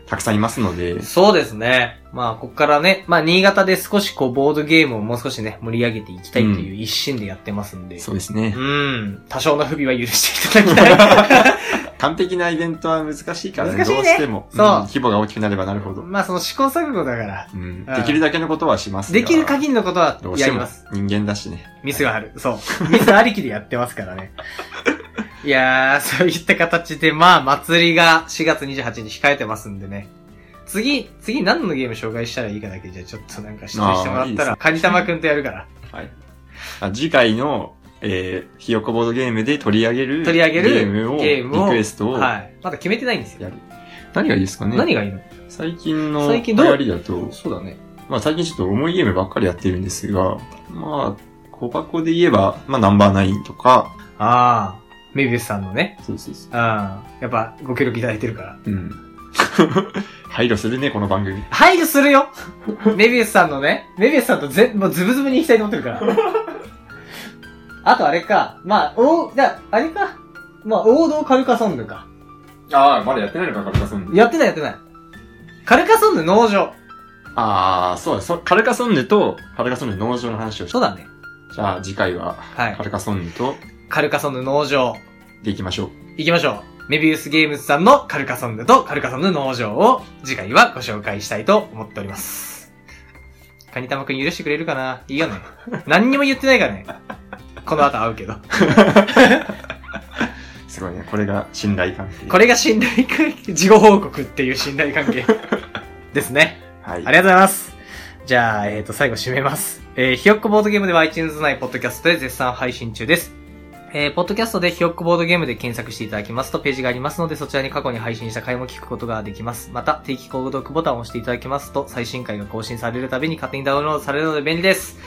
B: たくさんいますので、
A: そうですね。まあ、ここからね、まあ、新潟で少しこう、ボードゲームをもう少しね、盛り上げていきたいっていう一心でやってますんで。
B: そうですね
A: う。ん。多少の不備は許していた だきたい。
B: 完璧なイベントは難しいからね、
A: 難しいね
B: どうしても、
A: そうん
B: 規模が大きくなればなるほど、
A: まあ、その試行錯誤だから、
B: うん。
A: うん
B: できるだけのことはしますが
A: できる限りのことは
B: どうし
A: や
B: て
A: り
B: も
A: ます。
B: 人間だしね。
A: ミスがある。そう。ミスありきでやってますからね。いやー、そういった形で、まあ、祭りが4月28日控えてますんでね。次、次何のゲーム紹介したらいいかだけじゃ、ちょっとなんか指摘してもら
B: あーい
A: っ
B: いで
A: た
B: す
A: ら、
B: ね
A: カニタマくんとやるから。
B: はい。あ次回の、えー、ひよこボードゲームで取り上げる、
A: 取り上げる
B: ゲームを、
A: ゲームを
B: リクエストを、
A: はい。まだ決めてないんですよ。
B: 何がいいですかね
A: 何がいいの
B: 最近の
A: 最近
B: 流
A: どう
B: 行りだと、
A: そうだね。
B: まあ最近ちょっと重いゲームばっかりやってるんですが、まあ、小箱で言えば、まあナンバーナインとか、
A: ああ、メビウスさんのね。
B: そうそうそ
A: ああ、やっぱご協力いただいてるから。
B: う。うん。 配慮するね、この番組。
A: 配慮するよメビウスさんのね、メビウスさんとぜもうズブズブに行きたいと思ってるから。あとあれか、まあ、おじゃあ、あれか。まあ、王道カルカソンヌか。
B: ああ、まだやってないのか、カルカソンヌ。
A: やってないやってない。カルカソンヌ農場。
B: ああ、そうだそ、カルカソンヌと、カルカソンヌ農場の話をし
A: そうだね。
B: じゃあ次回は、
A: はい
B: カ。ルカソンヌと、
A: カルカソンヌ農場。
B: でいきましょう。
A: 行きましょう。メビウスゲームズさんのカルカソンヌとカルカソンヌ農場を次回はご紹介したいと思っております。カニタマくん許してくれるかないいよね。何にも言ってないからね。この後会うけど。
B: すごいね、これが信頼関係。
A: これが信頼関係、事後報告っていう信頼関係ですね。
B: は
A: あ
B: い。
A: りがとうございます。じゃあ、えっ、と、最後締めます。えーひよっこボードゲームでは iTunes 内ポッドキャストで絶賛配信中です。えーポッドキャストでひよっこボードゲームで検索していただきますとページがありますので、そちらに過去に配信した回も聞くことができます。また、定期購読ボタンを押していただきますと、最新回が更新されるたびに勝手にダウンロードされるので便利です。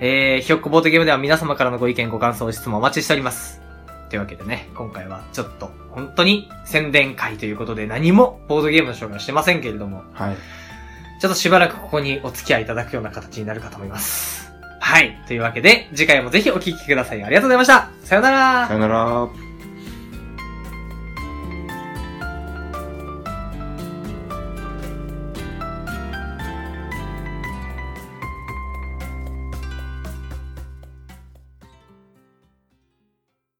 A: えーひよっこボードゲームでは皆様からのご意見、ご感想、質問お待ちしております。というわけでね、今回はちょっと、本当に宣伝会ということで何もボードゲームの紹介はしてませんけれども、
B: はい。
A: ちょっとしばらくここにお付き合いいただくような形になるかと思います。はい。というわけで、次回もぜひお聴きください。ありがとうございました。さようなら
B: さよなら。